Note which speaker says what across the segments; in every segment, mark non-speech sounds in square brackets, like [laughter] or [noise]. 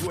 Speaker 1: Tu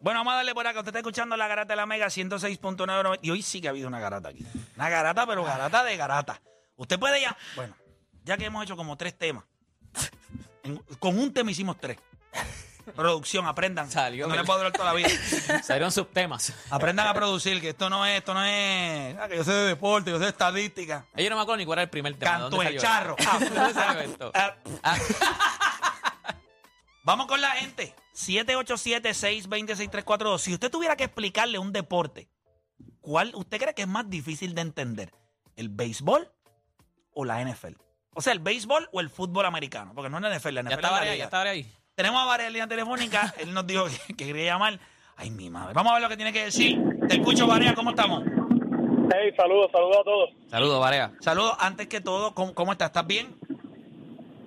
Speaker 2: Bueno, vamos a darle por acá. Usted está escuchando la garata de la Mega 106.9. Y hoy sí que ha habido una garata aquí. Una garata, pero garata de garata. Usted puede ya. Bueno, ya que hemos hecho como tres temas. En- con un tema hicimos tres. Producción, aprendan.
Speaker 3: Salió,
Speaker 2: no les
Speaker 3: ¿verdad?
Speaker 2: puedo durar toda la vida.
Speaker 3: Salieron sus temas.
Speaker 2: Aprendan a producir, que esto no es, esto no es. ah, que yo sé de deporte, yo sé de estadística.
Speaker 3: Yo no me acuerdo ni cuál era el primer tema.
Speaker 2: Canto
Speaker 3: ¿Dónde
Speaker 2: el charro.
Speaker 3: [laughs] salió? ¿Dónde salió esto?
Speaker 2: Ah, [laughs] Vamos con la gente. 787-620-6342. Si usted tuviera que explicarle un deporte, ¿cuál usted cree que es más difícil de entender? ¿El béisbol o la NFL? O sea, el béisbol o el fútbol americano. Porque no es la NFL, la NFL
Speaker 4: ah,
Speaker 3: Ya
Speaker 2: es
Speaker 3: estaba
Speaker 2: la
Speaker 3: ahí,
Speaker 2: liga.
Speaker 3: ya estaba ahí.
Speaker 2: Tenemos a Varela en línea telefónica. Él nos dijo que, que quería llamar. Ay, mi madre. Vamos a ver lo que tiene que decir. Te escucho, Varela. ¿Cómo estamos?
Speaker 5: Hey, saludos, saludos a todos.
Speaker 3: Saludos, Varea.
Speaker 2: Saludos. Antes que todo, ¿cómo, cómo estás? ¿Estás bien?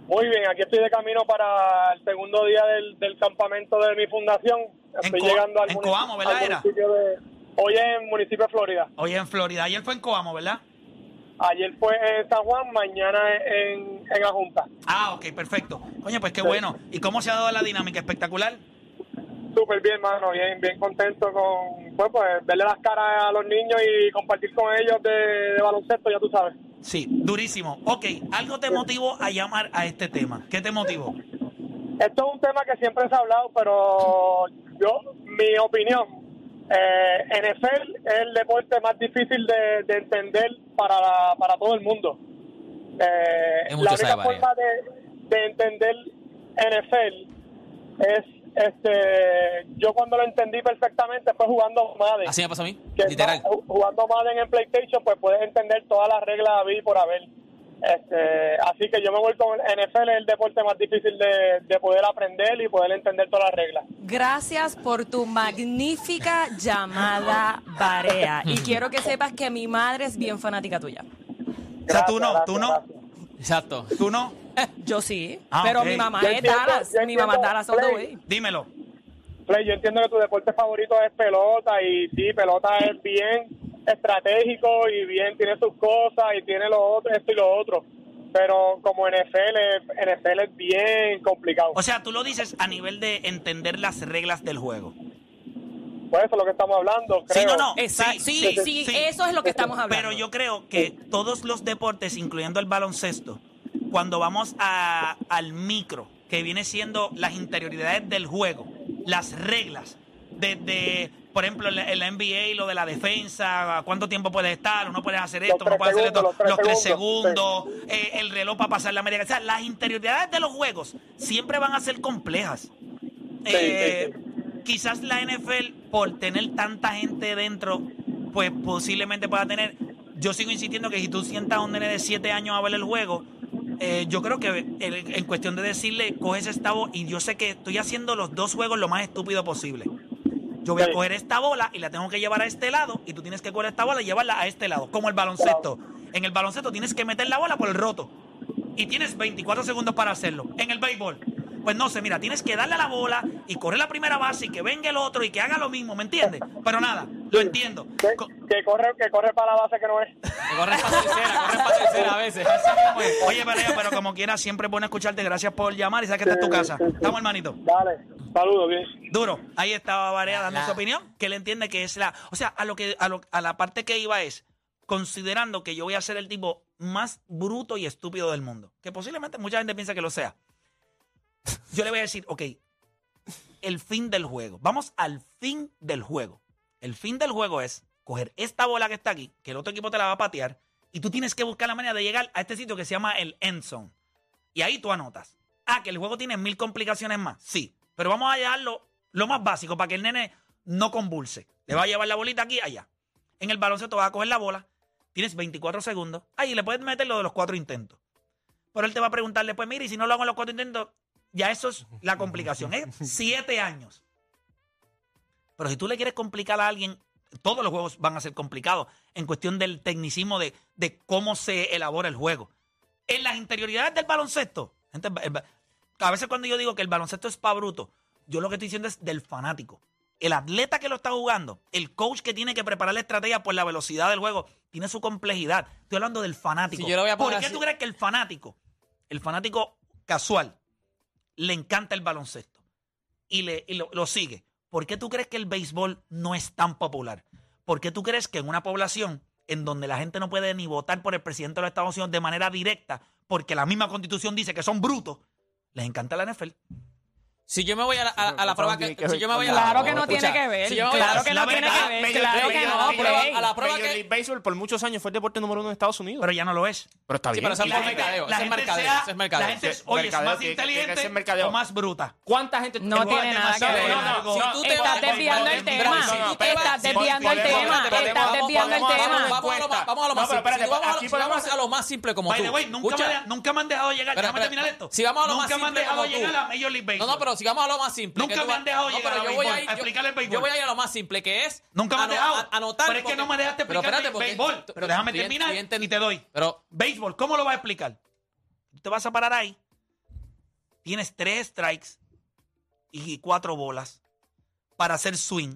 Speaker 5: Muy bien, aquí estoy de camino para el segundo día del, del campamento de mi fundación. Estoy
Speaker 2: Co-
Speaker 5: llegando al,
Speaker 2: en
Speaker 5: municipio-
Speaker 2: Coamo, ¿verdad,
Speaker 5: al
Speaker 2: era?
Speaker 5: municipio de... Hoy en municipio de Florida.
Speaker 2: Hoy en Florida. Ayer fue en Coamo, ¿verdad?
Speaker 5: Ayer fue en San Juan, mañana en, en Ajunta.
Speaker 2: Ah, ok, perfecto. Oye, pues qué bueno. ¿Y cómo se ha dado la dinámica? ¿Espectacular?
Speaker 5: Súper bien, mano, bien, bien contento con pues, pues, verle las caras a los niños y compartir con ellos de, de baloncesto, ya tú sabes.
Speaker 2: Sí, durísimo. Ok, algo te motivó a llamar a este tema. ¿Qué te motivó?
Speaker 5: Esto es un tema que siempre se ha hablado, pero yo, mi opinión, eh, NFL es el deporte más difícil de, de entender para, la- para todo el mundo. Eh,
Speaker 3: Es mucho
Speaker 5: la única
Speaker 3: saber,
Speaker 5: forma de, de entender NFL es, este, yo cuando lo entendí perfectamente fue jugando Madden.
Speaker 3: Así me pasó a mí,
Speaker 5: Que
Speaker 3: literal.
Speaker 5: ma- jugando Madden en PlayStation, pues puedes entender todas las reglas a y por haber. Este, así que yo me voy con el NFL, es el deporte más difícil de, de poder aprender y poder entender todas las reglas.
Speaker 4: Gracias por tu magnífica llamada, Barea. Y quiero que sepas que mi madre es bien fanática tuya. [laughs]
Speaker 2: O sea, tú no,
Speaker 5: Gracias,
Speaker 2: tú no,
Speaker 5: gracias, gracias.
Speaker 3: Exacto.
Speaker 2: tú no.
Speaker 4: Yo sí,
Speaker 2: Ah,
Speaker 4: pero
Speaker 2: ok.
Speaker 4: mi mamá
Speaker 5: Yo
Speaker 4: es
Speaker 5: entiendo,
Speaker 4: Dallas.
Speaker 5: yo
Speaker 4: Mi mamá es
Speaker 5: entiendo,
Speaker 4: Dallas all the
Speaker 5: Play.
Speaker 4: way.
Speaker 2: Dímelo.
Speaker 5: Play, yo entiendo que tu deporte favorito es pelota y sí, pelota es bien estratégico y bien tiene sus cosas y tiene lo otro, esto y lo otro. Pero como NFL, NFL es bien complicado.
Speaker 2: O sea, tú lo dices a nivel de entender las reglas del juego.
Speaker 5: Por eso es lo que estamos hablando.
Speaker 2: Sí, no,
Speaker 5: creo.
Speaker 2: no.
Speaker 4: Esa-
Speaker 2: sí,
Speaker 4: Eh, sí, sí,
Speaker 2: sí.
Speaker 4: eso es lo que estamos hablando.
Speaker 2: Pero yo creo que todos los deportes, incluyendo el baloncesto, cuando vamos a- al micro, que viene siendo las interioridades del juego, las reglas, desde, por ejemplo, en la, en la NBA, lo de la defensa, cuánto tiempo puedes estar, o no puedes hacer esto,
Speaker 5: Los
Speaker 2: no
Speaker 5: tres
Speaker 2: puedes hacer esto,
Speaker 5: segundos, los tres
Speaker 2: los tres segundos,
Speaker 5: segundos,
Speaker 2: eh, el reloj para pasar la media. O sea, las interioridades de los juegos siempre van a ser complejas. Eh, quizás la NFL, por tener tanta gente dentro, pues posiblemente pueda tener. Yo sigo insistiendo que si tú sientas a un nene de 7 años a ver el juego, eh, yo creo que el- en cuestión de decirle, coge ese esta bo- y yo sé que estoy haciendo los dos juegos lo más estúpido posible. Yo voy a
Speaker 5: Sí.
Speaker 2: coger esta bola y la tengo que llevar a este lado y tú tienes que coger esta bola y llevarla a este lado, como el baloncesto. En el baloncesto tienes que meter la bola por el roto y tienes 24 segundos para hacerlo. En el béisbol, pues no sé, mira, tienes que darle a la bola y correr la primera base y que venga el otro y que haga lo mismo, ¿me entiendes? Pero nada, lo entiendo.
Speaker 5: Que,
Speaker 2: Co-
Speaker 5: que corre, que corre para la base que no es.
Speaker 3: Me corren para tercera, corren para tercera a veces.
Speaker 2: Oye, oye, Peleo, pero como quiera, siempre es bueno escucharte. Gracias por llamar y sabes que esta es tu casa. Estamos, hermanito.
Speaker 5: Dale, saludos, bien.
Speaker 2: Duro. Ahí estaba Varea dando
Speaker 3: La-
Speaker 2: su opinión, que él entiende que es la. O sea, a lo que, a lo- a la parte que iba es, considerando que yo voy a ser el tipo más bruto y estúpido del mundo. Que posiblemente mucha gente piensa que lo sea. Yo le voy a decir, ok, el fin del juego. Vamos al fin del juego. El fin del juego es coger esta bola que está aquí, que el otro equipo te la va a patear, y tú tienes que buscar la manera de llegar a este sitio que se llama el end zone. Y ahí tú anotas. Ah, que el juego tiene mil complicaciones más. Sí, pero vamos a llevarlo lo más básico para que el nene no convulse. Le va a llevar la bolita aquí, allá. En el baloncesto vas a coger la bola, tienes 24 segundos. Ahí le puedes meter lo de los cuatro intentos. Pero él te va a preguntar después, mire, y si no lo hago en los cuatro intentos, ya eso es la ¿eh? complicación. Es siete años. Pero si tú le quieres complicar a alguien todos los juegos van a ser complicados en cuestión del tecnicismo de, de cómo se elabora el juego. En las interioridades del baloncesto, gente, el ba- a veces cuando yo digo que el baloncesto es pa' bruto, yo lo que estoy diciendo es del fanático. El atleta que lo está jugando, el coach que tiene que preparar la estrategia por la velocidad del juego, tiene su complejidad. Estoy hablando del fanático.
Speaker 3: Si yo lo voy a
Speaker 2: ¿Por
Speaker 3: poner
Speaker 2: qué
Speaker 3: así-
Speaker 2: tú crees que el fanático, el fanático casual, le encanta el baloncesto y, le, y lo, lo sigue. ¿Por qué tú crees que el béisbol no es tan popular? ¿Por qué tú crees que en una población en donde la gente no puede ni votar por el presidente de los Estados Unidos de manera directa, porque la misma constitución dice que son brutos, les encanta la NFL?
Speaker 3: Si yo me voy a la, a- a la prueba que. Si yo me voy a la-
Speaker 4: Claro que no
Speaker 3: escucha,
Speaker 4: tiene que ver,
Speaker 3: si yo me voy
Speaker 4: claro
Speaker 3: a-
Speaker 4: que
Speaker 2: la
Speaker 4: no tiene
Speaker 2: verdad,
Speaker 4: que ver, claro que no,
Speaker 3: Major League-
Speaker 4: Blake.
Speaker 3: a la prueba
Speaker 6: Major
Speaker 3: que-
Speaker 6: League Baseball por muchos años fue el deporte número uno de Estados Unidos.
Speaker 2: Pero ya no lo es.
Speaker 6: Pero está
Speaker 3: Sí,
Speaker 6: bien.
Speaker 3: pero eso es
Speaker 6: Y la
Speaker 3: por
Speaker 6: gente-
Speaker 3: mercadeo,
Speaker 2: la
Speaker 3: eso es
Speaker 2: gente
Speaker 3: mercadeo,
Speaker 2: sea-
Speaker 3: eso es mercadeo.
Speaker 2: La gente es,
Speaker 6: Sí,
Speaker 2: oye, es
Speaker 6: mercadeo,
Speaker 2: más
Speaker 6: tiene que- tiene que ser
Speaker 2: inteligente
Speaker 6: mercadeo.
Speaker 2: o más bruta.
Speaker 6: ¿Cuánta gente
Speaker 4: No
Speaker 6: tengo-
Speaker 4: tiene nada que
Speaker 6: demasiado-
Speaker 4: ver.
Speaker 6: No, no, no.
Speaker 3: Si
Speaker 6: no,
Speaker 3: tú te
Speaker 4: Estás
Speaker 3: vas-
Speaker 4: desviando el
Speaker 3: no, no,
Speaker 4: tema.
Speaker 3: no, no, espérate.
Speaker 4: Estás desviando el
Speaker 3: Podemos-
Speaker 4: tema.
Speaker 3: podemos-
Speaker 4: Estás
Speaker 3: podemos-
Speaker 4: desviando el
Speaker 3: podemos-
Speaker 4: tema.
Speaker 3: Vamos a lo más, vamos a lo más
Speaker 6: No, pero
Speaker 3: simple.
Speaker 6: espérate,
Speaker 3: Si vamos a lo-
Speaker 6: aquí
Speaker 3: si vamos
Speaker 6: podemos-
Speaker 3: a lo más simple como
Speaker 2: By
Speaker 3: tú.
Speaker 2: the way, nunca,
Speaker 3: Escucha.
Speaker 2: me, de- nunca me han dejado llegar.
Speaker 3: Espera,
Speaker 2: Déjame
Speaker 3: espera.
Speaker 2: terminar esto.
Speaker 3: Si vamos a lo más
Speaker 2: nunca
Speaker 3: simple
Speaker 2: me han dejado
Speaker 3: como tú.
Speaker 2: llegar a Major League Baseball.
Speaker 3: No, no, pero si vamos a lo más simple.
Speaker 2: Nunca
Speaker 3: que tú
Speaker 2: me
Speaker 3: vas-
Speaker 2: han dejado
Speaker 3: no,
Speaker 2: llegar
Speaker 3: pero
Speaker 2: al
Speaker 3: yo voy
Speaker 2: béisbol,
Speaker 3: ir-
Speaker 2: a
Speaker 3: yo-
Speaker 2: explicar el béisbol.
Speaker 3: Yo voy a ir a lo más simple, que es.
Speaker 2: Nunca me han
Speaker 3: ano-
Speaker 2: dejado.
Speaker 3: a- Anotar.
Speaker 2: Pero es que
Speaker 3: porque-
Speaker 2: no me dejaste
Speaker 3: Pero
Speaker 2: explicar
Speaker 3: espérate,
Speaker 2: mi
Speaker 3: porque
Speaker 2: béisbol.
Speaker 3: tú-
Speaker 2: Pero déjame
Speaker 3: tú- tú
Speaker 2: terminar
Speaker 3: entiendes-
Speaker 2: y te doy.
Speaker 3: Pero
Speaker 2: Béisbol, ¿cómo lo vas a explicar? Te vas a parar ahí. Tienes tres strikes y cuatro bolas para hacer swing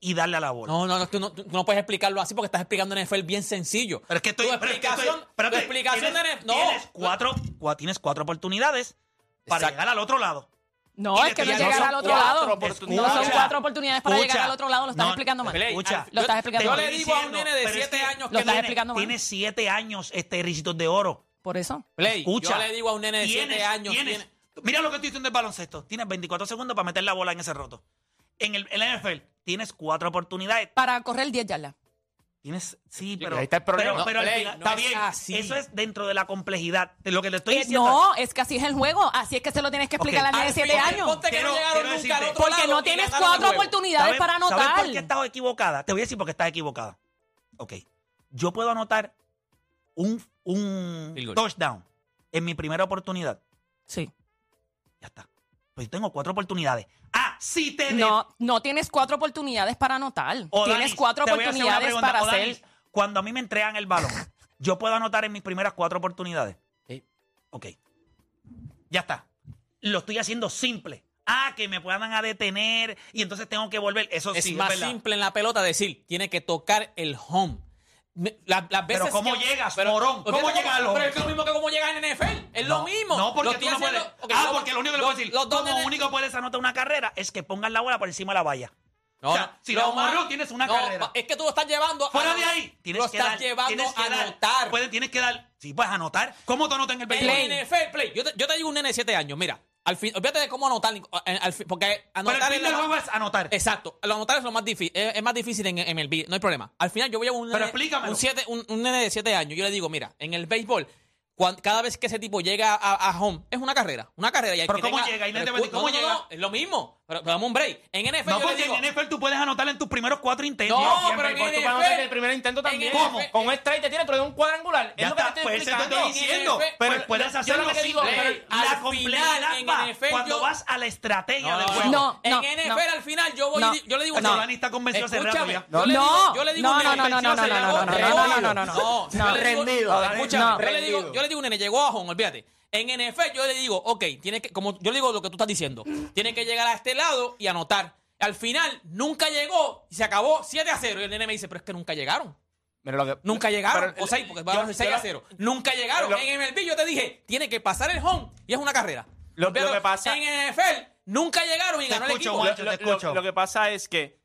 Speaker 2: y darle a la bola.
Speaker 3: No, no, no, tú no, tú no puedes explicarlo así porque estás explicando NFL E bien sencillo.
Speaker 2: Pero es que estoy.
Speaker 3: Tu
Speaker 2: pero es que
Speaker 3: explicación,
Speaker 2: estoy- espérate,
Speaker 3: tu explicación
Speaker 2: tienes,
Speaker 3: de NFL. No,
Speaker 2: Tienes cuatro, cua- tienes cuatro oportunidades para
Speaker 3: Exacto.
Speaker 2: llegar al otro lado.
Speaker 4: No,
Speaker 2: Y
Speaker 4: es que no
Speaker 2: le-
Speaker 4: llegar
Speaker 2: no
Speaker 4: al
Speaker 2: son
Speaker 4: otro
Speaker 6: cuatro
Speaker 4: lado.
Speaker 6: oportunidades.
Speaker 4: No son
Speaker 2: Escucha,
Speaker 4: cuatro oportunidades para
Speaker 2: escucha.
Speaker 4: llegar al otro lado. Lo estás
Speaker 2: No,
Speaker 4: explicando mal.
Speaker 6: Play,
Speaker 2: Escucha.
Speaker 4: Lo estás
Speaker 2: Te
Speaker 4: explicando
Speaker 3: yo
Speaker 2: estoy
Speaker 3: le
Speaker 4: mal.
Speaker 3: digo a un
Speaker 2: diciendo,
Speaker 3: nene de
Speaker 2: pero es
Speaker 3: siete
Speaker 2: que
Speaker 3: años
Speaker 4: Lo
Speaker 3: que
Speaker 4: estás
Speaker 3: no-
Speaker 2: tiene-
Speaker 4: explicando mal.
Speaker 2: Tiene siete años este Ricitos de Oro.
Speaker 4: Por eso.
Speaker 3: Play,
Speaker 2: Escucha.
Speaker 3: yo le digo a un nene de
Speaker 2: tienes-
Speaker 3: 7 años.
Speaker 2: tienes-
Speaker 3: tiene-
Speaker 2: mira lo que estoy diciendo del baloncesto. Tienes 24 segundos para meter la bola en ese roto. En el, en la NFL tienes cuatro oportunidades.
Speaker 4: Para correr 10 yardas.
Speaker 2: Tienes, sí, pero.
Speaker 6: ahí está el problema.
Speaker 2: Pero,
Speaker 6: No,
Speaker 2: pero al
Speaker 3: Play,
Speaker 2: final-
Speaker 3: no
Speaker 2: está
Speaker 3: es
Speaker 2: bien.
Speaker 3: así.
Speaker 2: Eso es dentro de la complejidad. De lo que te estoy
Speaker 4: Eh,
Speaker 2: diciendo.
Speaker 4: no, es que así es el juego. Así es que se lo tienes que explicar
Speaker 2: Ok,
Speaker 4: a la de
Speaker 3: al
Speaker 4: 7
Speaker 3: final,
Speaker 4: años.
Speaker 3: ponte que
Speaker 2: Quiero-
Speaker 3: no llegaron nunca
Speaker 2: quiero
Speaker 3: al
Speaker 2: decirte-
Speaker 3: otro
Speaker 4: Porque
Speaker 3: lado
Speaker 4: no
Speaker 3: y
Speaker 4: tienes
Speaker 3: ganaron el
Speaker 4: cuatro
Speaker 3: juego.
Speaker 4: oportunidades
Speaker 2: ¿Sabes-
Speaker 4: para
Speaker 2: ¿Sabes
Speaker 4: anotar.
Speaker 2: por qué estás equivocada? Te voy a decir por qué estás equivocada. Ok. Yo puedo anotar un, un
Speaker 3: Field goal.
Speaker 2: touchdown en mi primera oportunidad.
Speaker 4: Sí.
Speaker 2: Ya está. Pero yo tengo cuatro oportunidades. Ah, sí te
Speaker 4: No, no tienes cuatro oportunidades para anotar.
Speaker 2: O,
Speaker 4: Tienes
Speaker 2: Danis,
Speaker 4: cuatro
Speaker 2: te voy a hacer una
Speaker 4: oportunidades
Speaker 2: pregunta.
Speaker 4: para
Speaker 2: O, Danis,
Speaker 4: hacer.
Speaker 2: Cuando a mí me entregan el balón, yo puedo anotar en mis primeras cuatro oportunidades.
Speaker 3: Sí.
Speaker 2: Ok. Ya está. Lo estoy haciendo simple. Ah, que me puedan a detener y entonces tengo que volver. Eso
Speaker 3: Es
Speaker 2: sí,
Speaker 3: más
Speaker 2: verdad.
Speaker 3: simple en la pelota decir, tiene que tocar el home. Me- la- las veces
Speaker 2: Pero ¿cómo
Speaker 3: que-
Speaker 2: llegas, morón?
Speaker 3: Pero
Speaker 2: ¿Cómo
Speaker 3: es
Speaker 2: llegas al
Speaker 3: como-
Speaker 2: home?
Speaker 3: Pero es lo mismo que cómo llegas en NFL. Es
Speaker 2: No,
Speaker 3: lo mismo.
Speaker 2: No,
Speaker 3: Lo
Speaker 2: porque tú
Speaker 3: estoy
Speaker 2: no
Speaker 3: haciendo-
Speaker 2: puedes.
Speaker 3: ok,
Speaker 2: ah,
Speaker 3: somos-
Speaker 2: porque lo único que le
Speaker 3: los-
Speaker 2: puedo decir,
Speaker 3: los dos
Speaker 2: como
Speaker 3: nenes-
Speaker 2: único que puedes anotar una carrera es que pongan la bola por encima de la valla.
Speaker 3: No,
Speaker 2: O sea,
Speaker 3: no,
Speaker 2: si
Speaker 3: lo
Speaker 2: la amarró,
Speaker 3: malo-
Speaker 2: tienes una
Speaker 3: no,
Speaker 2: carrera.
Speaker 3: Es que tú lo estás llevando. a-
Speaker 2: Fuera de ahí. Tienes
Speaker 3: Lo
Speaker 2: que
Speaker 3: estás
Speaker 2: dar,
Speaker 3: llevando
Speaker 2: tienes que
Speaker 3: a
Speaker 2: dar,
Speaker 3: anotar.
Speaker 2: Puedes, tienes que dar. Si puedes anotar, ¿cómo tú anotas en el
Speaker 3: En
Speaker 2: béisbol?
Speaker 3: la NFL, play. Yo te, yo te digo un nene de 7 años, mira. Al fin, olvídate de cómo anotar. eh, al fin- porque
Speaker 2: Pero el
Speaker 3: anotar
Speaker 2: fin
Speaker 3: es la
Speaker 2: del
Speaker 3: más-
Speaker 2: juego es anotar.
Speaker 3: Exacto. Lo anotar es lo más difícil. Es, es más difícil en en MLB. No hay problema. Al final yo voy a un
Speaker 2: Pero
Speaker 3: nene,
Speaker 2: explícamelo.
Speaker 3: un, siete- un- un nene de 7 años. Yo le digo, mira, en el béisbol, cuan- cada vez que ese tipo llega a, a home, es una carrera. Una carrera. Y el
Speaker 2: Pero
Speaker 3: que
Speaker 2: ¿cómo
Speaker 3: tenga-
Speaker 2: llega, Inés de
Speaker 3: pero
Speaker 2: Benítez?
Speaker 3: escu-
Speaker 2: ¿Cómo
Speaker 3: no, no, no,
Speaker 2: llega?
Speaker 3: es lo mismo. Pero, pero dame un break. En NFL
Speaker 2: No,
Speaker 3: yo le
Speaker 2: porque
Speaker 3: digo...
Speaker 2: en NFL tú puedes anotar en tus primeros cuatro intentos.
Speaker 3: No,
Speaker 6: Siempre,
Speaker 3: pero en
Speaker 6: porque tú
Speaker 3: NFL,
Speaker 6: para anotar el primer intento
Speaker 3: en
Speaker 6: también.
Speaker 3: NFL.
Speaker 6: Con un strike te tiene, pero de un cuadrangular.
Speaker 2: Ya
Speaker 6: es lo que
Speaker 2: está,
Speaker 6: te estoy
Speaker 2: pues eso te
Speaker 6: explicando.
Speaker 2: estoy diciendo.
Speaker 3: NFL,
Speaker 2: Pero
Speaker 6: pero
Speaker 2: puedes
Speaker 6: yo- yo
Speaker 2: hacerlo
Speaker 6: lo que digo,
Speaker 2: simple.
Speaker 3: pero
Speaker 2: la
Speaker 3: al
Speaker 2: complejidad
Speaker 3: final, en
Speaker 2: va
Speaker 3: NFL,
Speaker 2: cuando
Speaker 3: yo-
Speaker 2: vas a la estrategia del juego.
Speaker 4: no,
Speaker 3: en
Speaker 4: no,
Speaker 3: NFL al final yo voy
Speaker 4: No.
Speaker 3: y di- yo le digo
Speaker 2: Eso, Dani está convencido hace rato
Speaker 3: escúchame,
Speaker 2: ya.
Speaker 3: yo le
Speaker 4: No.
Speaker 3: digo- yo le digo
Speaker 4: No,
Speaker 3: un nene,
Speaker 4: no, no, no, no,
Speaker 3: escúchame,
Speaker 4: no, no, no,
Speaker 3: yo le
Speaker 4: no,
Speaker 3: digo-
Speaker 4: no, no, no,
Speaker 3: no, yo le digo-
Speaker 6: Rendido, Dani,
Speaker 3: escúchame,
Speaker 4: no.
Speaker 3: yo le digo
Speaker 6: Rendido.
Speaker 3: yo le digo un nene llegó a home olvídate en NFL yo le digo ok tiene que como yo le digo lo que tú estás diciendo tiene que llegar a este lado y anotar al final nunca llegó y se acabó 7 a 0 y el nene me dice pero es que nunca llegaron
Speaker 6: Mira lo que-
Speaker 3: Nunca llegaron.
Speaker 6: Pero-
Speaker 3: o 6, porque
Speaker 6: yo-
Speaker 3: vamos a 6
Speaker 6: yo-
Speaker 3: a 0. Nunca llegaron.
Speaker 6: Lo-
Speaker 3: en MLB yo te dije, tiene que pasar el home y es una carrera.
Speaker 6: Lo- lo
Speaker 3: Pero
Speaker 6: que pasa-
Speaker 3: En NFL nunca llegaron y
Speaker 2: Te
Speaker 3: ganó el
Speaker 2: escucho,
Speaker 3: equipo.
Speaker 2: Juancho,
Speaker 6: lo,
Speaker 2: te
Speaker 6: lo-
Speaker 2: escucho.
Speaker 6: lo que pasa es que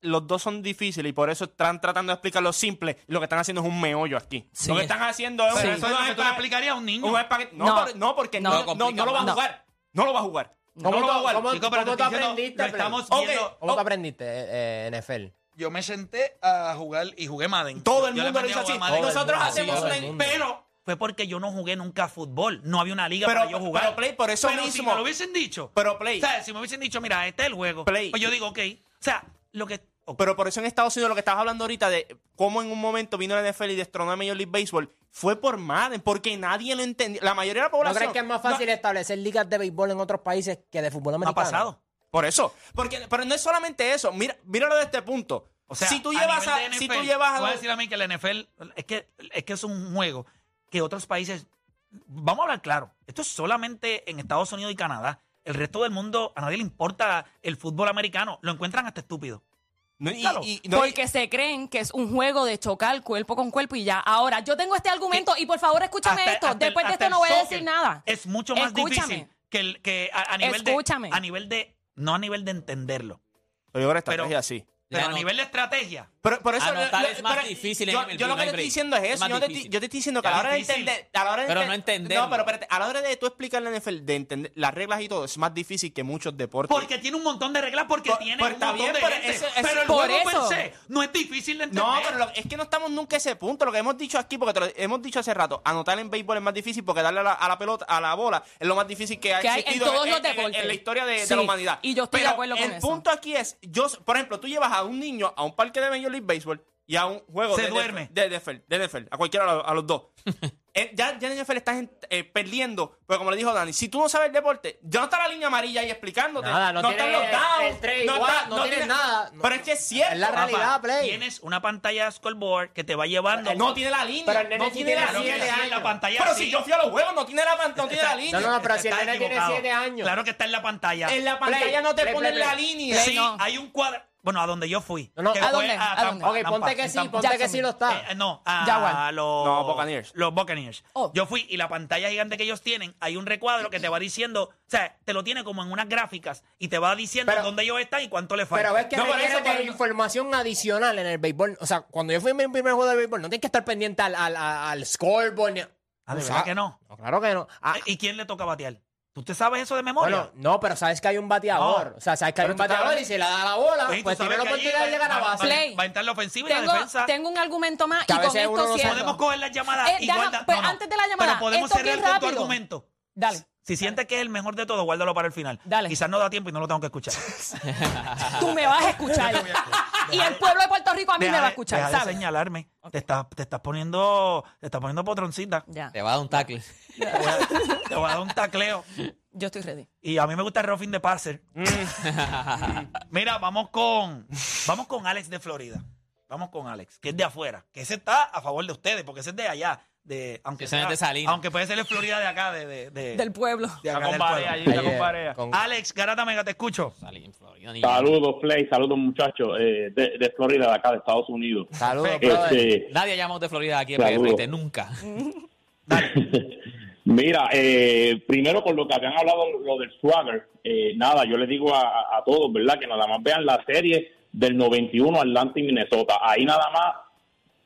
Speaker 6: los dos son difíciles y por eso están tratando de explicar lo simple. Y lo que están haciendo es un meollo aquí.
Speaker 4: Sí.
Speaker 6: Lo que están haciendo es
Speaker 2: Pero
Speaker 6: un-
Speaker 2: eso es lo
Speaker 6: unos
Speaker 2: que tú le
Speaker 6: espa-
Speaker 2: explicarías a un niño.
Speaker 6: unos espaguet- No,
Speaker 4: No.
Speaker 6: por- no, porque no,
Speaker 4: No,
Speaker 6: no,
Speaker 3: complica
Speaker 6: no lo va a
Speaker 3: más.
Speaker 6: jugar. No lo va a jugar. No
Speaker 7: ¿Cómo
Speaker 6: lo va a
Speaker 7: tú-
Speaker 6: jugar.
Speaker 7: cómo-
Speaker 2: Chico, pero
Speaker 7: ¿Cómo
Speaker 2: te
Speaker 7: tú
Speaker 2: estoy diciendo,
Speaker 7: aprendiste,
Speaker 2: lo
Speaker 7: Play?
Speaker 2: estamos
Speaker 6: Ok.
Speaker 2: viendo.
Speaker 7: ¿Cómo
Speaker 6: Oh.
Speaker 7: tú aprendiste eh, eh, NFL?
Speaker 2: Yo me senté a jugar y jugué Madden.
Speaker 6: Todo el
Speaker 2: Yo le
Speaker 6: mundo lo
Speaker 2: aprendí a
Speaker 6: hizo así.
Speaker 2: jugar Madden.
Speaker 7: Todo el
Speaker 6: Nosotros
Speaker 7: mundo,
Speaker 6: hacemos
Speaker 7: todo
Speaker 6: una.
Speaker 7: el mundo.
Speaker 6: Pero.
Speaker 2: Fue porque yo no jugué nunca fútbol. No había una liga
Speaker 6: Pero-
Speaker 2: para yo jugar.
Speaker 6: pero, Play, por eso
Speaker 2: Pero si
Speaker 6: mismo-
Speaker 2: me lo hubiesen dicho.
Speaker 6: Pero, Play.
Speaker 2: O sea, si me hubiesen dicho, mira, este es el juego.
Speaker 6: Play.
Speaker 2: Pues yo digo, ok. O sea, lo que. ok.
Speaker 6: Pero por eso en Estados Unidos lo que estabas hablando ahorita de cómo en un momento vino la NFL y destronó a Major League Baseball fue por Madden, porque nadie lo entendía. La mayoría de la
Speaker 7: ¿No
Speaker 6: población.
Speaker 7: crees que es más fácil establecer ligas de béisbol en otros países que de fútbol
Speaker 2: no ha
Speaker 7: americano?
Speaker 2: pasado.
Speaker 6: Por eso. Porque, pero no es solamente eso. Mira, míralo de este punto.
Speaker 2: O sea,
Speaker 6: Si tú llevas
Speaker 2: nivel
Speaker 6: a-
Speaker 2: de
Speaker 6: si tú
Speaker 2: NFL,
Speaker 6: llevas a
Speaker 2: voy a
Speaker 6: los-
Speaker 2: decir a mí que la NFL es que, es que es un juego que otros países. Vamos a hablar claro. Esto es solamente en Estados Unidos y Canadá. El resto del mundo, a nadie le importa el fútbol americano. Lo encuentran hasta estúpido.
Speaker 6: No, y-
Speaker 2: Claro,
Speaker 6: y- no, y-
Speaker 4: Porque se creen que es un juego de chocar cuerpo con cuerpo y ya. Ahora, yo tengo este argumento y por favor escúchame
Speaker 2: Hasta-
Speaker 4: esto.
Speaker 2: hasta el-
Speaker 4: Después de
Speaker 2: hasta
Speaker 4: esto
Speaker 2: el
Speaker 4: no voy a
Speaker 2: soccer
Speaker 4: decir nada.
Speaker 2: Es mucho más
Speaker 4: Escúchame.
Speaker 2: difícil que, el, que a, a nivel
Speaker 4: Escúchame.
Speaker 2: de. A nivel de. No a nivel de entenderlo.
Speaker 6: Pero ahora
Speaker 2: pero-
Speaker 6: estrategia sí.
Speaker 2: Pero
Speaker 3: La
Speaker 2: a
Speaker 3: no-
Speaker 2: nivel de estrategia.
Speaker 6: Pero, por eso
Speaker 3: Anotar es más
Speaker 6: pero-
Speaker 3: difícil en
Speaker 6: Yo,
Speaker 3: el
Speaker 6: yo lo
Speaker 3: primer
Speaker 6: que te estoy
Speaker 3: grade.
Speaker 6: diciendo es
Speaker 3: Es
Speaker 6: eso.
Speaker 3: más
Speaker 6: Yo, no te,
Speaker 3: difícil.
Speaker 6: yo te estoy diciendo
Speaker 2: Ya,
Speaker 6: que a la hora de
Speaker 2: difícil.
Speaker 6: entender. A la hora de
Speaker 3: Pero no entenderlo.
Speaker 6: No, pero espérate. A la hora de tú explicar la NFL, de entender las reglas y todo, es más difícil que muchos deportes.
Speaker 2: Porque tiene un montón de reglas, porque
Speaker 6: Por-
Speaker 2: tiene
Speaker 6: pues
Speaker 2: un
Speaker 6: está
Speaker 2: montón
Speaker 6: bien,
Speaker 2: de
Speaker 6: pero
Speaker 2: gente.
Speaker 6: eso- eso-
Speaker 2: pero el
Speaker 4: por
Speaker 2: juego
Speaker 4: eso.
Speaker 2: per se no es difícil de entender.
Speaker 6: No, pero lo- es que no estamos nunca a ese punto. Lo que hemos dicho aquí, porque te lo hemos dicho hace rato, anotar en béisbol es más difícil porque darle a la, a la pelota, a la bola, es lo más difícil que ha
Speaker 4: Que hay en
Speaker 6: existido
Speaker 4: todos los
Speaker 6: en-
Speaker 4: deportes.
Speaker 6: en la historia de, de
Speaker 4: Sí,
Speaker 6: la humanidad.
Speaker 4: y yo estoy de
Speaker 6: Pero
Speaker 4: acuerdo con
Speaker 6: el
Speaker 4: eso.
Speaker 6: punto aquí es, yo, por ejemplo, tú llevas a un niño a un parque de Major League Baseball y a un juego
Speaker 2: Se
Speaker 6: de,
Speaker 2: duerme.
Speaker 6: De, de NFL, de NFL, a cualquiera de los- a los
Speaker 4: [laughs]
Speaker 6: dos. Eh, ya, ya en NFL estás en- eh, perdiendo, pero como le dijo Dani, si tú no sabes el deporte, ya no está la línea amarilla ahí explicándote.
Speaker 7: Nada, no
Speaker 6: están
Speaker 7: tiene
Speaker 6: los downs,
Speaker 7: el tres igual, no tiene
Speaker 6: tiene-
Speaker 7: nada. No.
Speaker 6: Pero es que es cierto.
Speaker 7: Es la
Speaker 6: papá.
Speaker 7: realidad, Play.
Speaker 2: Tienes una pantalla scoreboard que te va llevando.
Speaker 6: No tiene la línea.
Speaker 7: Pero el nene
Speaker 6: no
Speaker 7: sí
Speaker 6: tiene
Speaker 7: tiene
Speaker 6: la
Speaker 2: Claro que
Speaker 7: siete
Speaker 2: sí,
Speaker 6: línea.
Speaker 2: en la
Speaker 7: años.
Speaker 2: pantalla.
Speaker 6: Pero
Speaker 2: sí.
Speaker 6: si yo fui a los juegos, no tiene la, pan- no tiene la línea.
Speaker 7: No, no, no, pero si el
Speaker 2: Estás
Speaker 7: nene tiene
Speaker 2: equivocado.
Speaker 7: 7 años.
Speaker 2: Claro que está en la pantalla.
Speaker 6: En la pantalla
Speaker 7: Play,
Speaker 6: no te
Speaker 7: play,
Speaker 6: ponen
Speaker 7: play,
Speaker 6: la
Speaker 7: play.
Speaker 6: línea.
Speaker 4: Play,
Speaker 2: sí,
Speaker 4: no.
Speaker 2: hay un cuadro. Bueno, a donde yo fui.
Speaker 7: No, no,
Speaker 2: que
Speaker 7: ¿a
Speaker 2: fue
Speaker 4: dónde? ¿A
Speaker 2: Tampa-
Speaker 4: dónde?
Speaker 7: Ok,
Speaker 2: Tampa,
Speaker 7: ponte que
Speaker 2: en
Speaker 7: sí,
Speaker 2: Tampa.
Speaker 7: ponte que
Speaker 4: Jackson.
Speaker 7: sí lo
Speaker 2: Eh,
Speaker 7: está.
Speaker 2: no, a
Speaker 4: Jaguar.
Speaker 2: los
Speaker 6: No, Buccaneers.
Speaker 2: Los Buccaneers.
Speaker 4: Oh.
Speaker 2: Yo fui y la pantalla gigante que ellos tienen, hay un recuadro que te va diciendo, o sea, te lo tiene como en unas gráficas y te va diciendo
Speaker 7: Pero-
Speaker 2: dónde ellos están y cuánto les falta.
Speaker 7: Pero ves que
Speaker 6: No, por
Speaker 7: requiere
Speaker 6: eso,
Speaker 7: de
Speaker 6: pero-
Speaker 7: información adicional en el béisbol. O sea, cuando yo fui a mi primer juego de béisbol, no tienes que estar pendiente al, al, al- al scoreboard. ni-
Speaker 2: Ah, ¿de
Speaker 7: O
Speaker 2: verdad
Speaker 7: sea,
Speaker 2: que no?
Speaker 7: Claro que no. Ah,
Speaker 2: ¿Y quién le toca batear? ¿Tú te sabes eso de memoria?
Speaker 7: bueno, no, pero sabes que hay un bateador.
Speaker 2: No.
Speaker 7: O sea, sabes que hay
Speaker 2: Pero
Speaker 7: un
Speaker 2: tú
Speaker 7: bateador
Speaker 2: sabes-
Speaker 7: y si le da la bola,
Speaker 2: Pues,
Speaker 7: pues,
Speaker 2: y tú
Speaker 7: tiene la
Speaker 2: sabes que allí
Speaker 7: oportunidad de llegar a
Speaker 2: va- va-
Speaker 7: base.
Speaker 4: Play.
Speaker 2: Va a entrar la ofensiva y la
Speaker 4: Tengo,
Speaker 2: defensa.
Speaker 4: tengo un argumento más
Speaker 7: Que a
Speaker 4: y con
Speaker 7: veces uno
Speaker 4: esto
Speaker 7: no
Speaker 4: cierro.
Speaker 7: sabe.
Speaker 2: Podemos coger las llamadas
Speaker 4: Eh,
Speaker 2: y
Speaker 4: déjame-
Speaker 2: guarda-
Speaker 4: pues,
Speaker 2: no, no.
Speaker 4: antes de la llamada,
Speaker 2: Pero podemos
Speaker 4: esto bien
Speaker 2: cerrar con tu
Speaker 4: rápido.
Speaker 2: argumento.
Speaker 7: [laughs]
Speaker 4: Dale.
Speaker 2: Si sientes que es el mejor de todo, guárdalo para el final.
Speaker 4: Dale.
Speaker 2: Quizás no da tiempo y no lo tengo que escuchar.
Speaker 4: Tú me vas a escuchar. [laughs] y el pueblo de Puerto Rico [laughs] a mí
Speaker 2: Deja
Speaker 4: me va a
Speaker 2: de-
Speaker 4: escuchar,
Speaker 2: deja de
Speaker 4: ¿sabes?
Speaker 2: señalarme. Te estás, te estás poniendo, te estás
Speaker 4: [laughs]
Speaker 2: poniendo potroncita.
Speaker 4: Ya.
Speaker 3: Te va a dar un tackle.
Speaker 2: Te voy a- te voy a dar un tacleo.
Speaker 4: Yo estoy ready.
Speaker 2: Y a mí me gusta el roughing de passer.
Speaker 3: Mm.
Speaker 2: [laughs] Mira, vamos con vamos con Alex de Florida. Vamos con Alex, que es de afuera. Que ese está a favor de ustedes, porque ese es de allá. De, aunque,
Speaker 3: Ese no es
Speaker 2: sea-
Speaker 3: de Salinas.
Speaker 2: aunque puede ser de Florida de acá, de, de- de-
Speaker 4: Del pueblo.
Speaker 2: de acá
Speaker 6: Está
Speaker 2: del
Speaker 6: con barea
Speaker 2: pueblo.
Speaker 6: allí, está
Speaker 7: Ahí, eh,
Speaker 6: con barea.
Speaker 7: con-
Speaker 2: Alex, Garata Mega, te escucho.
Speaker 3: Salí en Florida, ni-
Speaker 8: Saludos, Play, saludos muchachos eh, de, de Florida, de acá de Estados Unidos.
Speaker 7: Saludos,
Speaker 2: Perfecto.
Speaker 7: brother.
Speaker 8: Este,
Speaker 3: Nadie ha llamado de Florida aquí en
Speaker 8: Saludos.
Speaker 3: PR, [laughs] nunca.
Speaker 8: mira, eh, primero con lo que habían hablado, lo del Swagger, eh, nada, yo les digo a, a todos, ¿verdad? Que nada más vean la serie del 91 Atlanta y Minnesota. Ahí nada más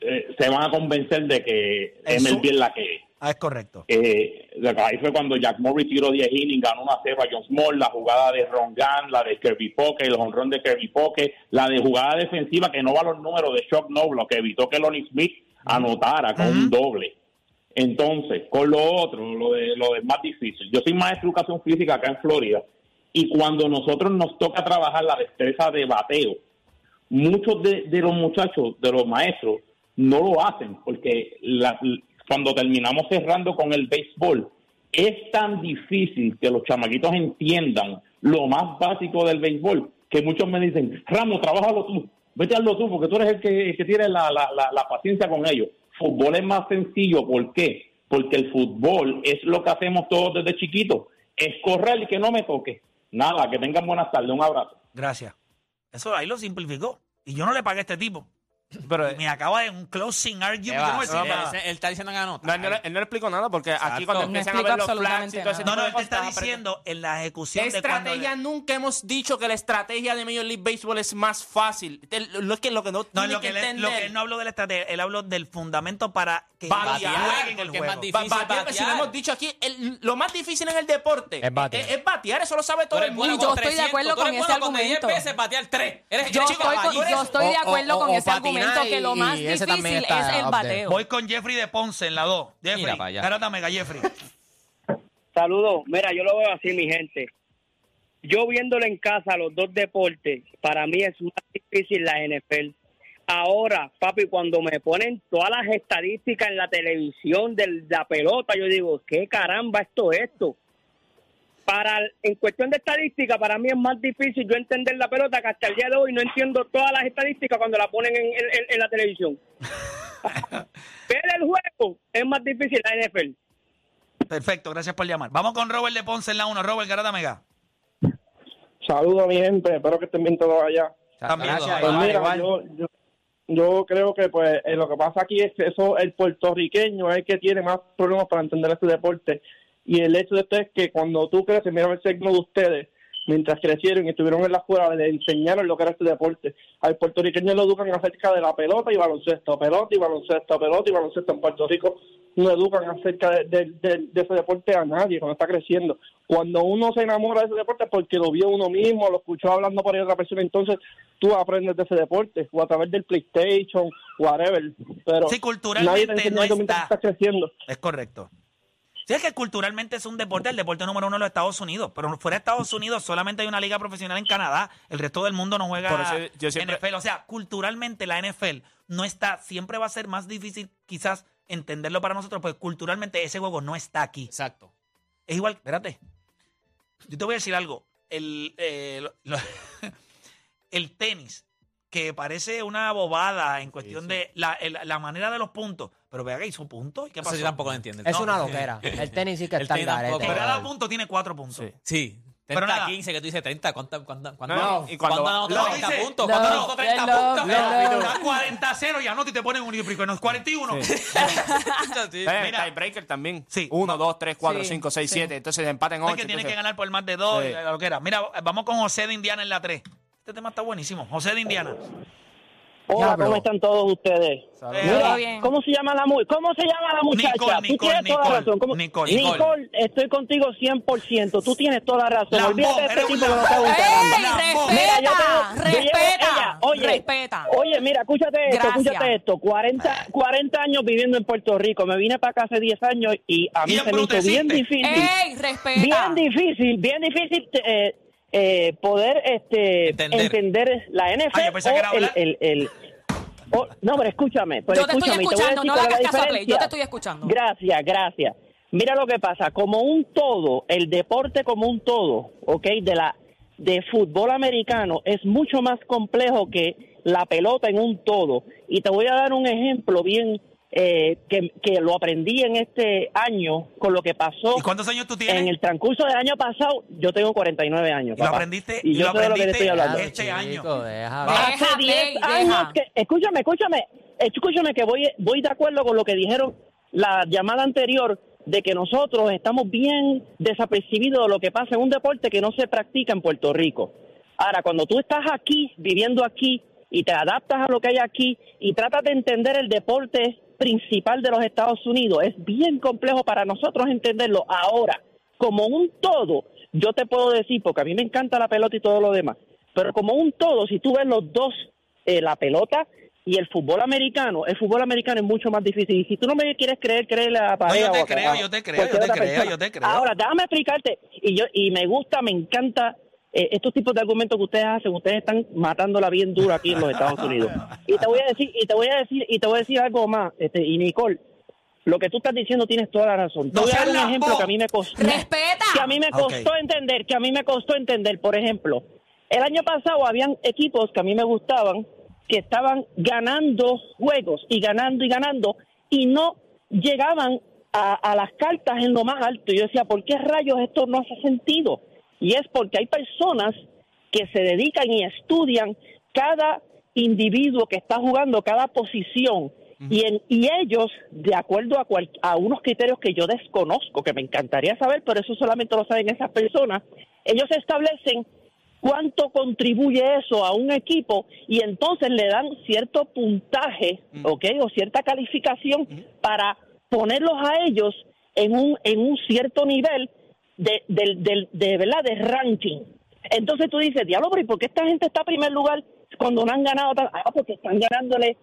Speaker 8: eh, se van a convencer de que
Speaker 2: El
Speaker 8: MLB
Speaker 2: su-
Speaker 8: es la que es.
Speaker 2: Ah, es correcto.
Speaker 8: Eh, ahí fue cuando Jack Morris tiró 10 innings, ganó una cepa John Small, la jugada de Ron Gunn, la de Kirby Pocket, el honrón de Kirby Pocket, la de jugada defensiva que no va a los números de Chuck Noblo, que evitó que Lonnie Smith anotara con un doble. Entonces, con lo otro, lo de lo de más difícil. Yo soy maestro de educación física acá en Florida y cuando nosotros nos toca trabajar la destreza de bateo, muchos de, de los muchachos, de los maestros, no lo hacen porque la- cuando terminamos cerrando con el béisbol, es tan difícil que los chamaquitos entiendan lo más básico del béisbol que muchos me dicen, Ramos, trabájalo tú, vete hazlo tú porque tú eres el que, el que tiene la, la- la- la paciencia con ellos. Fútbol es más sencillo, ¿por qué? Porque el fútbol es lo que hacemos todos desde chiquitos, es correr y que no me toque. Nada, que tengan buenas tardes, un abrazo.
Speaker 2: Gracias. Eso ahí lo simplificó. Y yo no le pagué a este tipo.
Speaker 6: Pero,
Speaker 2: Me acaba de un closing
Speaker 3: ¿Qué
Speaker 2: argument.
Speaker 3: va?
Speaker 2: Yo no voy a decir
Speaker 3: No,
Speaker 2: nada.
Speaker 3: pero ese- él está diciendo que anota.
Speaker 6: no, él no le- él no le explicó nada porque aquí cuando
Speaker 4: No
Speaker 6: empiezan a
Speaker 4: explico
Speaker 6: ver los flags
Speaker 4: absolutamente
Speaker 6: y todo
Speaker 4: nada.
Speaker 6: ese
Speaker 2: No,
Speaker 6: tipo
Speaker 2: no,
Speaker 6: de
Speaker 2: él te
Speaker 6: cosas,
Speaker 2: está
Speaker 6: vas a aprender.
Speaker 2: diciendo en la ejecución
Speaker 6: La
Speaker 2: de cuando le-
Speaker 6: estrategia nunca hemos dicho que la estrategia de Major League Baseball es más fácil. El- Lo que lo que no,
Speaker 2: No,
Speaker 6: tiene
Speaker 2: lo
Speaker 6: que
Speaker 2: que, él, lo
Speaker 6: entender.
Speaker 2: que él no habló de la estrategia, él habló del fundamento para que
Speaker 6: Batear,
Speaker 2: jueguen el
Speaker 3: porque es más
Speaker 2: juego.
Speaker 3: difícil.
Speaker 6: Ba- batear,
Speaker 3: batear.
Speaker 6: pues, si lo hemos dicho aquí, el- lo más difícil en el deporte
Speaker 7: Es batear.
Speaker 6: es- es batear, eso lo sabe todo
Speaker 3: Tú eres
Speaker 6: el
Speaker 3: bueno
Speaker 4: Y
Speaker 6: mundo.
Speaker 4: yo
Speaker 3: con
Speaker 4: estoy de acuerdo
Speaker 3: 300, tú
Speaker 4: con
Speaker 3: eres
Speaker 4: ese
Speaker 3: bueno con
Speaker 4: argumento.
Speaker 3: 10 veces batear 3. Eres
Speaker 4: Yo
Speaker 3: eres
Speaker 4: estoy, con-
Speaker 3: caballito.
Speaker 4: yo estoy de
Speaker 7: O-
Speaker 4: acuerdo
Speaker 7: o-
Speaker 4: con
Speaker 7: o
Speaker 4: ese
Speaker 7: patinar
Speaker 4: argumento que lo
Speaker 7: y
Speaker 4: más difícil
Speaker 7: ese también
Speaker 4: es
Speaker 7: está up
Speaker 4: el
Speaker 7: there.
Speaker 4: bateo.
Speaker 2: Voy con Jeffrey de Ponce en la 2. Jeffrey,
Speaker 3: Mira para allá.
Speaker 2: carata mega, Jeffrey.
Speaker 9: Saludos. Mira, yo lo veo así, mi gente. Yo viéndolo en casa, los dos deportes, para mí es más difícil la NFL. Ahora, papi, cuando me ponen todas las estadísticas en la televisión de la pelota, yo digo, ¿qué caramba esto es esto? Para, en cuestión de estadística, para mí es más difícil yo entender la pelota que hasta el día de hoy no entiendo todas las estadísticas cuando la ponen en, en- en la televisión. Ver el juego es más difícil la NFL.
Speaker 2: Perfecto, gracias por llamar. Vamos con Robert de Ponce en la 1. Robert Garata Mega.
Speaker 5: Saludos, mi gente. Espero que estén bien todos allá.
Speaker 2: También.
Speaker 7: Gracias,
Speaker 5: Pues
Speaker 7: igual,
Speaker 5: mira,
Speaker 7: igual.
Speaker 5: Yo, yo, yo creo que pues eh, lo que pasa aquí es que eso el puertorriqueño es el que tiene más problemas para entender este deporte. Y el hecho de esto es que cuando tú creces, mira el signo de ustedes, mientras crecieron y estuvieron en la escuela, le enseñaron lo que era este deporte. Al puertorriqueño lo educan acerca de la pelota y baloncesto, pelota y baloncesto, pelota y baloncesto. En Puerto Rico no educan acerca de, de- de- de ese deporte a nadie cuando está creciendo. Cuando uno se enamora de ese deporte es porque lo vio uno mismo, lo escuchó hablando por ahí otra persona, entonces tú aprendes de ese deporte, o a través del PlayStation, whatever. Pero
Speaker 2: Sí,
Speaker 5: nadie
Speaker 2: culturalmente
Speaker 5: te enseña
Speaker 2: no
Speaker 5: eso mientras
Speaker 2: está.
Speaker 5: estás creciendo.
Speaker 2: Es correcto. Si es que culturalmente es un deporte, el deporte número uno de los Estados Unidos. Pero fuera de Estados Unidos solamente hay una liga profesional en Canadá. El resto del mundo no juega
Speaker 6: Por eso yo siempre-
Speaker 2: NFL. O sea, culturalmente la NFL no está. Siempre va a ser más difícil quizás entenderlo para nosotros, porque culturalmente ese juego no está aquí.
Speaker 3: Exacto.
Speaker 2: Es igual, espérate. Yo te voy a decir algo. El, eh, lo- [laughs] lo- el tenis, que parece una bobada en cuestión de la, el- la manera de los puntos. Pero vea que hizo puntos. ¿Y qué
Speaker 3: Eso
Speaker 2: pasó?
Speaker 3: yo tampoco lo entiendo.
Speaker 7: Es
Speaker 3: No.
Speaker 7: una
Speaker 2: [laughs]
Speaker 7: loquera.
Speaker 3: [laughs]
Speaker 7: El tenis sí que
Speaker 3: El
Speaker 7: está en
Speaker 3: tenis tampoco.
Speaker 7: garete.
Speaker 2: Que cada
Speaker 7: brother.
Speaker 2: punto tiene cuatro puntos.
Speaker 6: Sí.
Speaker 3: Sí. 30
Speaker 2: Pero nada.
Speaker 3: 15, que tú dices 30. ¿Cuánta, cuánta, cuánta,
Speaker 6: No,
Speaker 3: ¿Y
Speaker 6: y
Speaker 3: cuando
Speaker 6: cuando
Speaker 3: han
Speaker 6: va-
Speaker 3: anotado
Speaker 2: Lo
Speaker 3: 30
Speaker 2: dice.
Speaker 3: puntos?
Speaker 7: No,
Speaker 3: ¿Cuándo han anotado 30
Speaker 7: no,
Speaker 3: puntos?
Speaker 7: no,
Speaker 3: Pero-
Speaker 2: Da 40 a 0 y anota y te ponen un y no es 41.
Speaker 3: Sí.
Speaker 6: Eh,
Speaker 2: Mira.
Speaker 6: tiebreaker también.
Speaker 2: Sí.
Speaker 6: 1, 2, 3, 4,
Speaker 4: Sí,
Speaker 6: 5, 6,
Speaker 4: sí.
Speaker 6: 7. Entonces empaten
Speaker 2: No,
Speaker 6: 8.
Speaker 2: es que tienes que ganar por más de dos
Speaker 6: Sí.
Speaker 2: y lo que era. Mira, vamos con José de Indiana en la 3. Este tema está buenísimo. José de Indiana.
Speaker 9: Hola,
Speaker 7: Diablo.
Speaker 9: ¿cómo están todos ustedes?
Speaker 2: Eh,
Speaker 4: Todo
Speaker 9: Mira,
Speaker 4: bien.
Speaker 9: ¿cómo se llama la mu- cómo se llama la muchacha?
Speaker 2: Nicole,
Speaker 9: Tú
Speaker 2: Nicole,
Speaker 9: tienes toda la
Speaker 2: Nicole,
Speaker 9: razón. ¿Cómo-
Speaker 2: Nicole.
Speaker 9: Nicole, estoy contigo 100%. Tú tienes toda la razón.
Speaker 2: Lambón,
Speaker 9: Olvídate de
Speaker 2: eres
Speaker 9: este
Speaker 2: un
Speaker 9: tipo que no está
Speaker 2: lambón.
Speaker 4: ¡Ey!
Speaker 2: Mira,
Speaker 9: Mira, yo
Speaker 4: ¡Respeta!
Speaker 9: tengo- yo llevo-
Speaker 4: ¡Respeta!
Speaker 9: ella, oye,
Speaker 4: ¡Respeta!
Speaker 9: Oye, mira, escúchate esto,
Speaker 4: Gracias.
Speaker 9: escúchate esto. 40, 40 años viviendo en Puerto Rico. Me vine para acá hace 10 años y a mí
Speaker 2: Bien
Speaker 9: se me hizo
Speaker 2: bruteciste.
Speaker 9: bien difícil.
Speaker 4: ¡Ey! ¡Respeta!
Speaker 9: Bien difícil, bien difícil eh, eh, poder este,
Speaker 3: Entender.
Speaker 9: entender. la NFL
Speaker 2: Ah, yo pensé que era
Speaker 9: o el,
Speaker 2: hablar.
Speaker 9: el, el- o- no, pero escúchame. Pero
Speaker 4: Yo te estoy
Speaker 9: escúchame, y voy a
Speaker 4: escuchando,
Speaker 9: decir
Speaker 4: no le
Speaker 9: cuál es
Speaker 4: hagas
Speaker 9: la
Speaker 4: caso a Play, yo te
Speaker 9: diferencia.
Speaker 4: estoy escuchando.
Speaker 9: Gracias, gracias. Mira lo que pasa, como un todo, el deporte como un todo, ¿ok? De la de fútbol americano es mucho más complejo que la pelota en un todo. Y te voy a dar un ejemplo bien eh, que, que lo aprendí en este año con lo que pasó
Speaker 2: ¿Y cuántos años tú tienes? Ah,
Speaker 9: en el transcurso del año pasado, yo tengo 49 años.
Speaker 2: Y lo
Speaker 9: papá.
Speaker 2: aprendiste- y
Speaker 9: Y
Speaker 2: lo
Speaker 9: yo sé de lo que
Speaker 2: aprendiste
Speaker 9: te estoy hablando.
Speaker 2: este año.
Speaker 7: deja.
Speaker 2: Va.
Speaker 9: Hace
Speaker 4: Deja,
Speaker 9: 10
Speaker 4: Play,
Speaker 9: años
Speaker 4: deja.
Speaker 9: que- Escúchame, escúchame. Escúchame que voy, voy de acuerdo con lo que dijeron la llamada anterior de que nosotros estamos bien desapercibidos de lo que pasa en un deporte que no se practica en Puerto Rico. Ahora, cuando tú estás aquí, viviendo aquí, y te adaptas a lo que hay aquí, y tratas de entender el deporte principal de los Estados Unidos, es bien complejo para nosotros entenderlo ahora, como un todo. Yo te puedo decir, porque a mí me encanta la pelota y todo lo demás, pero como un todo, si tú ves los dos, eh, la pelota y el fútbol americano, el fútbol americano es mucho más difícil. Y si tú no me quieres creer, créele a la pareja.
Speaker 2: te
Speaker 9: o a-
Speaker 2: creo,
Speaker 9: a
Speaker 2: yo te creo,
Speaker 9: cualquier
Speaker 2: yo te
Speaker 9: otra
Speaker 2: creo, yo te creo.
Speaker 9: Ahora, déjame explicarte. Y yo y me gusta, me encanta eh, estos tipos de argumentos que ustedes hacen. Ustedes están matándola bien dura aquí en los Estados Unidos. Y te voy a decir, y te voy a decir, y te voy a decir algo más. Este, y Nicole, lo que tú estás diciendo tienes toda la razón. Te
Speaker 2: No
Speaker 9: voy a dar
Speaker 2: seas
Speaker 9: un ejemplo
Speaker 2: lambón.
Speaker 9: que a mí me costó
Speaker 4: ¡Respeta!
Speaker 9: que a mí me
Speaker 2: Ah, ok.
Speaker 9: costó entender, que a mí me costó entender, por ejemplo, el año pasado habían equipos que a mí me gustaban que estaban ganando juegos y ganando y ganando y no llegaban a, a las cartas en lo más alto. Y yo decía, ¿por qué rayos esto no hace sentido? Y es porque hay personas que se dedican y estudian cada individuo que está jugando, cada posición. Y, en- y ellos, de acuerdo a, cual- a unos criterios que yo desconozco, que me encantaría saber, pero eso solamente lo saben esas personas, ellos establecen cuánto contribuye eso a un equipo y entonces le dan cierto puntaje, ¿ok? O cierta calificación para ponerlos a ellos en un, en un cierto nivel de, del del- de, ¿verdad? de ranking. Entonces tú dices, diablo, pero ¿y por qué esta gente está en primer lugar cuando no han ganado? tan-?" Ah, porque están ganándole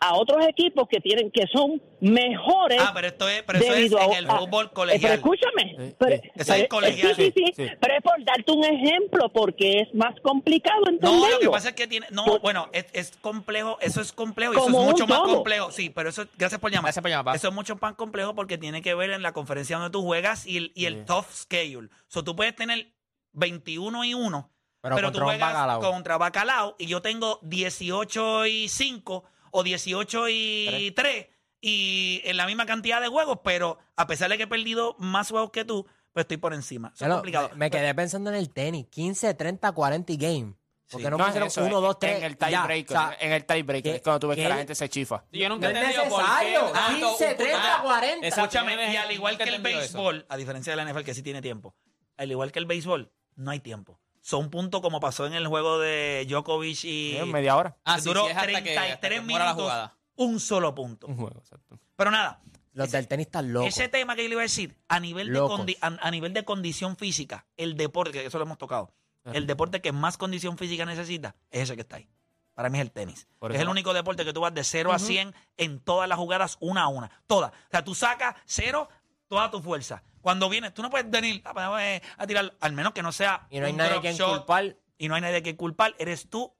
Speaker 9: a otros equipos que tienen que son mejores.
Speaker 2: Ah, pero esto es, pero eso es
Speaker 9: debido a-
Speaker 2: en el
Speaker 9: a-
Speaker 2: fútbol
Speaker 9: Pero
Speaker 2: colegial.
Speaker 9: escúchame.
Speaker 7: Sí,
Speaker 9: pero-
Speaker 7: sí.
Speaker 2: Eso es
Speaker 9: pero-
Speaker 2: colegial.
Speaker 9: Sí, sí, sí,
Speaker 7: Sí, sí.
Speaker 9: Pero es por darte un ejemplo porque es más complicado entenderlo.
Speaker 2: No, lo que pasa es que tiene. No,
Speaker 9: Por-
Speaker 2: bueno, es, es complejo. Eso es complejo. y Eso es
Speaker 9: Como un
Speaker 2: mucho más
Speaker 9: todo.
Speaker 2: complejo. Sí, pero eso. Gracias por llamar.
Speaker 3: Gracias por llamar, pa.
Speaker 2: Eso es mucho más complejo porque tiene que ver en la conferencia donde tú juegas y el, y el tough schedule. O sea, tú puedes tener 21 y 1, pero,
Speaker 7: Pero
Speaker 2: tú
Speaker 7: contra un
Speaker 2: juegas
Speaker 7: Bacalao.
Speaker 2: contra Bacalao y yo tengo 18 y 5 o 18 y 3 y en la misma cantidad de juegos, pero a pesar de que he perdido más juegos que tú, pues estoy por encima. Eso
Speaker 7: Ya
Speaker 2: es
Speaker 7: lo-
Speaker 2: complicado.
Speaker 7: Me, me quedé pensando en el tenis. 15, 30, 40 y game. Porque
Speaker 2: Sí.
Speaker 7: no,
Speaker 6: No,
Speaker 7: pusieron
Speaker 6: eso es
Speaker 7: 1, 2, 3.
Speaker 6: En el tiebreaker.
Speaker 2: Eh,
Speaker 6: en el tiebreaker.
Speaker 7: ¿qué-
Speaker 6: Es cuando tú ves que
Speaker 7: qué-
Speaker 6: la gente se chifa.
Speaker 3: Yo nunca
Speaker 7: No
Speaker 3: he
Speaker 7: es
Speaker 3: entendido por qué.
Speaker 7: necesario.
Speaker 3: tanto-
Speaker 7: 15, 30, 40.
Speaker 2: Escúchame,
Speaker 3: Exacto.
Speaker 2: y al igual
Speaker 3: Nunca
Speaker 2: que
Speaker 3: he
Speaker 2: el
Speaker 3: entendido eso.
Speaker 2: béisbol, a diferencia de la NFL que sí tiene tiempo, al igual que el béisbol, no hay tiempo. Son puntos como pasó en el juego de Djokovic y
Speaker 6: Eh, media hora.
Speaker 3: Ah,
Speaker 2: que
Speaker 3: sí,
Speaker 2: duró
Speaker 3: sí, es hasta que- hasta que
Speaker 2: 33
Speaker 3: muera la
Speaker 2: minutos,
Speaker 3: jugada.
Speaker 2: un solo punto.
Speaker 6: Un juego, exacto.
Speaker 2: Pero nada,
Speaker 7: Los del tenis están locos.
Speaker 2: ese tema que yo le iba a decir, a nivel, de
Speaker 7: Locos.
Speaker 2: condi- a, a nivel de condición física, el deporte, que eso lo hemos tocado, el deporte que más condición física necesita es ese que está ahí. Para mí es el tenis.
Speaker 6: Por
Speaker 2: Es
Speaker 6: eso-
Speaker 2: el único deporte que tú vas de 0 a 100 en todas las jugadas, una a una. Todas. O sea, tú sacas 0 toda tu fuerza. Cuando vienes, tú no puedes venir ah, pues, eh, a tirar, al menos que no sea
Speaker 7: Y no hay
Speaker 2: un
Speaker 7: nadie
Speaker 2: drop
Speaker 7: que
Speaker 2: shot,
Speaker 7: culpar.
Speaker 2: Y no hay nadie que culpar. Eres tú,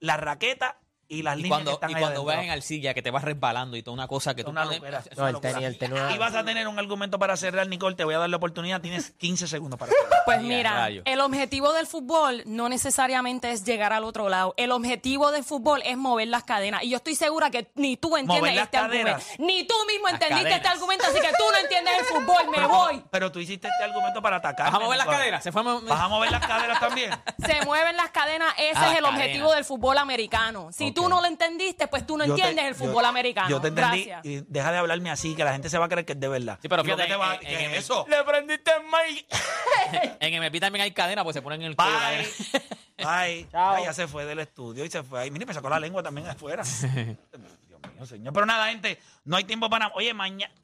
Speaker 2: la raqueta y las
Speaker 3: Y
Speaker 2: líneas que
Speaker 3: cuando,
Speaker 2: están
Speaker 3: y
Speaker 2: ahí
Speaker 3: cuando
Speaker 2: adentro.
Speaker 3: ves en arcilla que te vas resbalando y toda una cosa que
Speaker 2: Es
Speaker 3: tú
Speaker 2: una
Speaker 3: pones-
Speaker 2: locura.
Speaker 3: es
Speaker 7: No,
Speaker 3: una
Speaker 7: el
Speaker 3: locura.
Speaker 7: tenis, el tenis.
Speaker 2: Y vas a tener un argumento para cerrar, Nicole. Te voy a dar la oportunidad. Tienes 15 segundos para cerrar.
Speaker 4: Pues
Speaker 3: Ya,
Speaker 4: mira,
Speaker 3: rayo.
Speaker 4: el objetivo del fútbol no necesariamente es llegar al otro lado. El objetivo del fútbol es mover las cadenas. Y yo estoy segura que ni tú entiendes
Speaker 2: las
Speaker 4: este argumento.
Speaker 2: cadenas.
Speaker 4: Ni tú mismo
Speaker 3: Las
Speaker 4: entendiste este
Speaker 3: cadenas.
Speaker 4: argumento, así que tú no entiendes el fútbol. [laughs] Me
Speaker 2: Pero,
Speaker 4: voy.
Speaker 2: pero tú hiciste este argumento para atacar.
Speaker 3: Vas a mover las
Speaker 2: Nicole.
Speaker 3: caderas. Se fue a mo-
Speaker 2: Vas a mover las caderas también.
Speaker 3: [laughs]
Speaker 4: Se mueven las cadenas. Ese
Speaker 3: Ah,
Speaker 4: es el
Speaker 3: cadena.
Speaker 4: objetivo del fútbol americano. Si tú no lo entendiste, pues tú no
Speaker 2: Yo te-
Speaker 4: entiendes el
Speaker 2: yo-
Speaker 4: fútbol americano.
Speaker 2: Yo te entendí.
Speaker 4: Gracias.
Speaker 2: Y deja de hablarme así, que la gente se va a creer que es de verdad.
Speaker 3: Sí, pero
Speaker 2: Lo que
Speaker 3: fíjate,
Speaker 2: te va-
Speaker 3: en-
Speaker 2: ¿qué
Speaker 3: en-
Speaker 2: es eso?
Speaker 6: Le prendiste en Mike.
Speaker 3: En MP también hay cadena, pues se ponen en el cuello.
Speaker 2: Bye.
Speaker 3: la cadena.
Speaker 2: [laughs]
Speaker 3: [laughs]
Speaker 2: Bye.
Speaker 7: Chao.
Speaker 2: Ay, ya se fue del estudio y se fue ahí. Mire, me sacó la lengua también afuera. Dios mío, señor. Pero nada, gente, no hay tiempo para. Oye, mañana.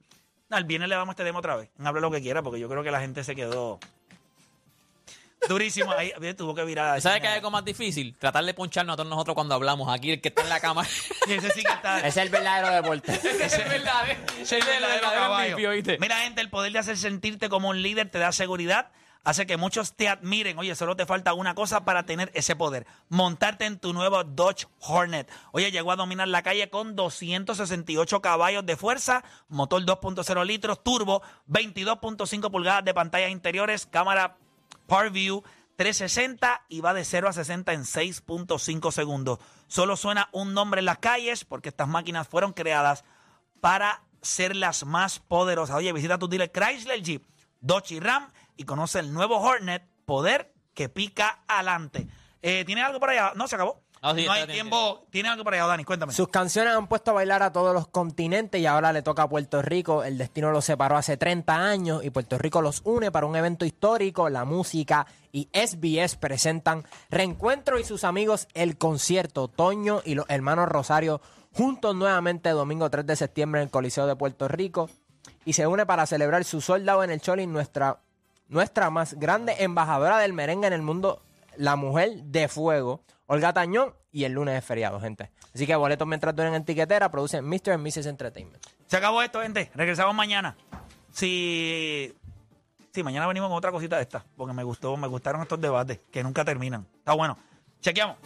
Speaker 2: Al viernes le damos este tema otra vez. Hable lo que quiera, porque yo creo que la gente se quedó. Durísimo. Ahí oye, tuvo que virar.
Speaker 3: ¿Sabes qué hay algo más difícil? Tratar de poncharnos a todos nosotros cuando hablamos. Aquí el que está en la [laughs] cama.
Speaker 2: Y ese sí que está.
Speaker 7: Ese es el verdadero deporte.
Speaker 3: Ese es verdad, eh. Ese
Speaker 2: Ese es el verdadero caballo.
Speaker 3: MVP, ¿oíste?
Speaker 2: Mira, gente, el poder de hacer sentirte como un líder te da seguridad, hace que muchos te admiren. Oye, solo te falta una cosa para tener ese poder: montarte en tu nuevo Dodge Hornet. Oye, llegó a dominar la calle con 268 caballos de fuerza, motor 2.0 litros, turbo, 22.5 pulgadas de pantallas interiores, cámara Parview 360 y va de 0 a 60 en 6.5 segundos. Solo suena un nombre en las calles porque estas máquinas fueron creadas para ser las más poderosas. Oye, visita tu dealer Chrysler Jeep, Dodge y Ram y conoce el nuevo Hornet, poder que pica adelante. Eh, ¿Tiene algo por allá? No, se acabó.
Speaker 3: Ah, sí, está
Speaker 2: no hay
Speaker 3: bien,
Speaker 2: tiempo. ¿Tiene algo por allá, Dani? Cuéntame.
Speaker 7: Sus canciones han puesto a bailar a todos los continentes y ahora le toca a Puerto Rico. El destino los separó hace 30 años y Puerto Rico los une para un evento histórico. La música y SBS presentan Reencuentro y sus amigos el concierto. Toño y los hermanos Rosario juntos nuevamente domingo 3 de septiembre en el Coliseo de Puerto Rico. Y se une para celebrar su soldado en el Cholin, nuestra, nuestra más grande embajadora del merengue en el mundo, la mujer de fuego, Olga Tañón, y el lunes es feriado, gente. Así que boletos mientras duren en tiquetera, producen Mr. and Mrs. Entertainment.
Speaker 2: Se acabó esto, gente. Regresamos mañana. Si. Sí, mañana venimos con otra cosita de esta. Porque me gustó, me gustaron estos debates que nunca terminan. Está bueno. Chequeamos.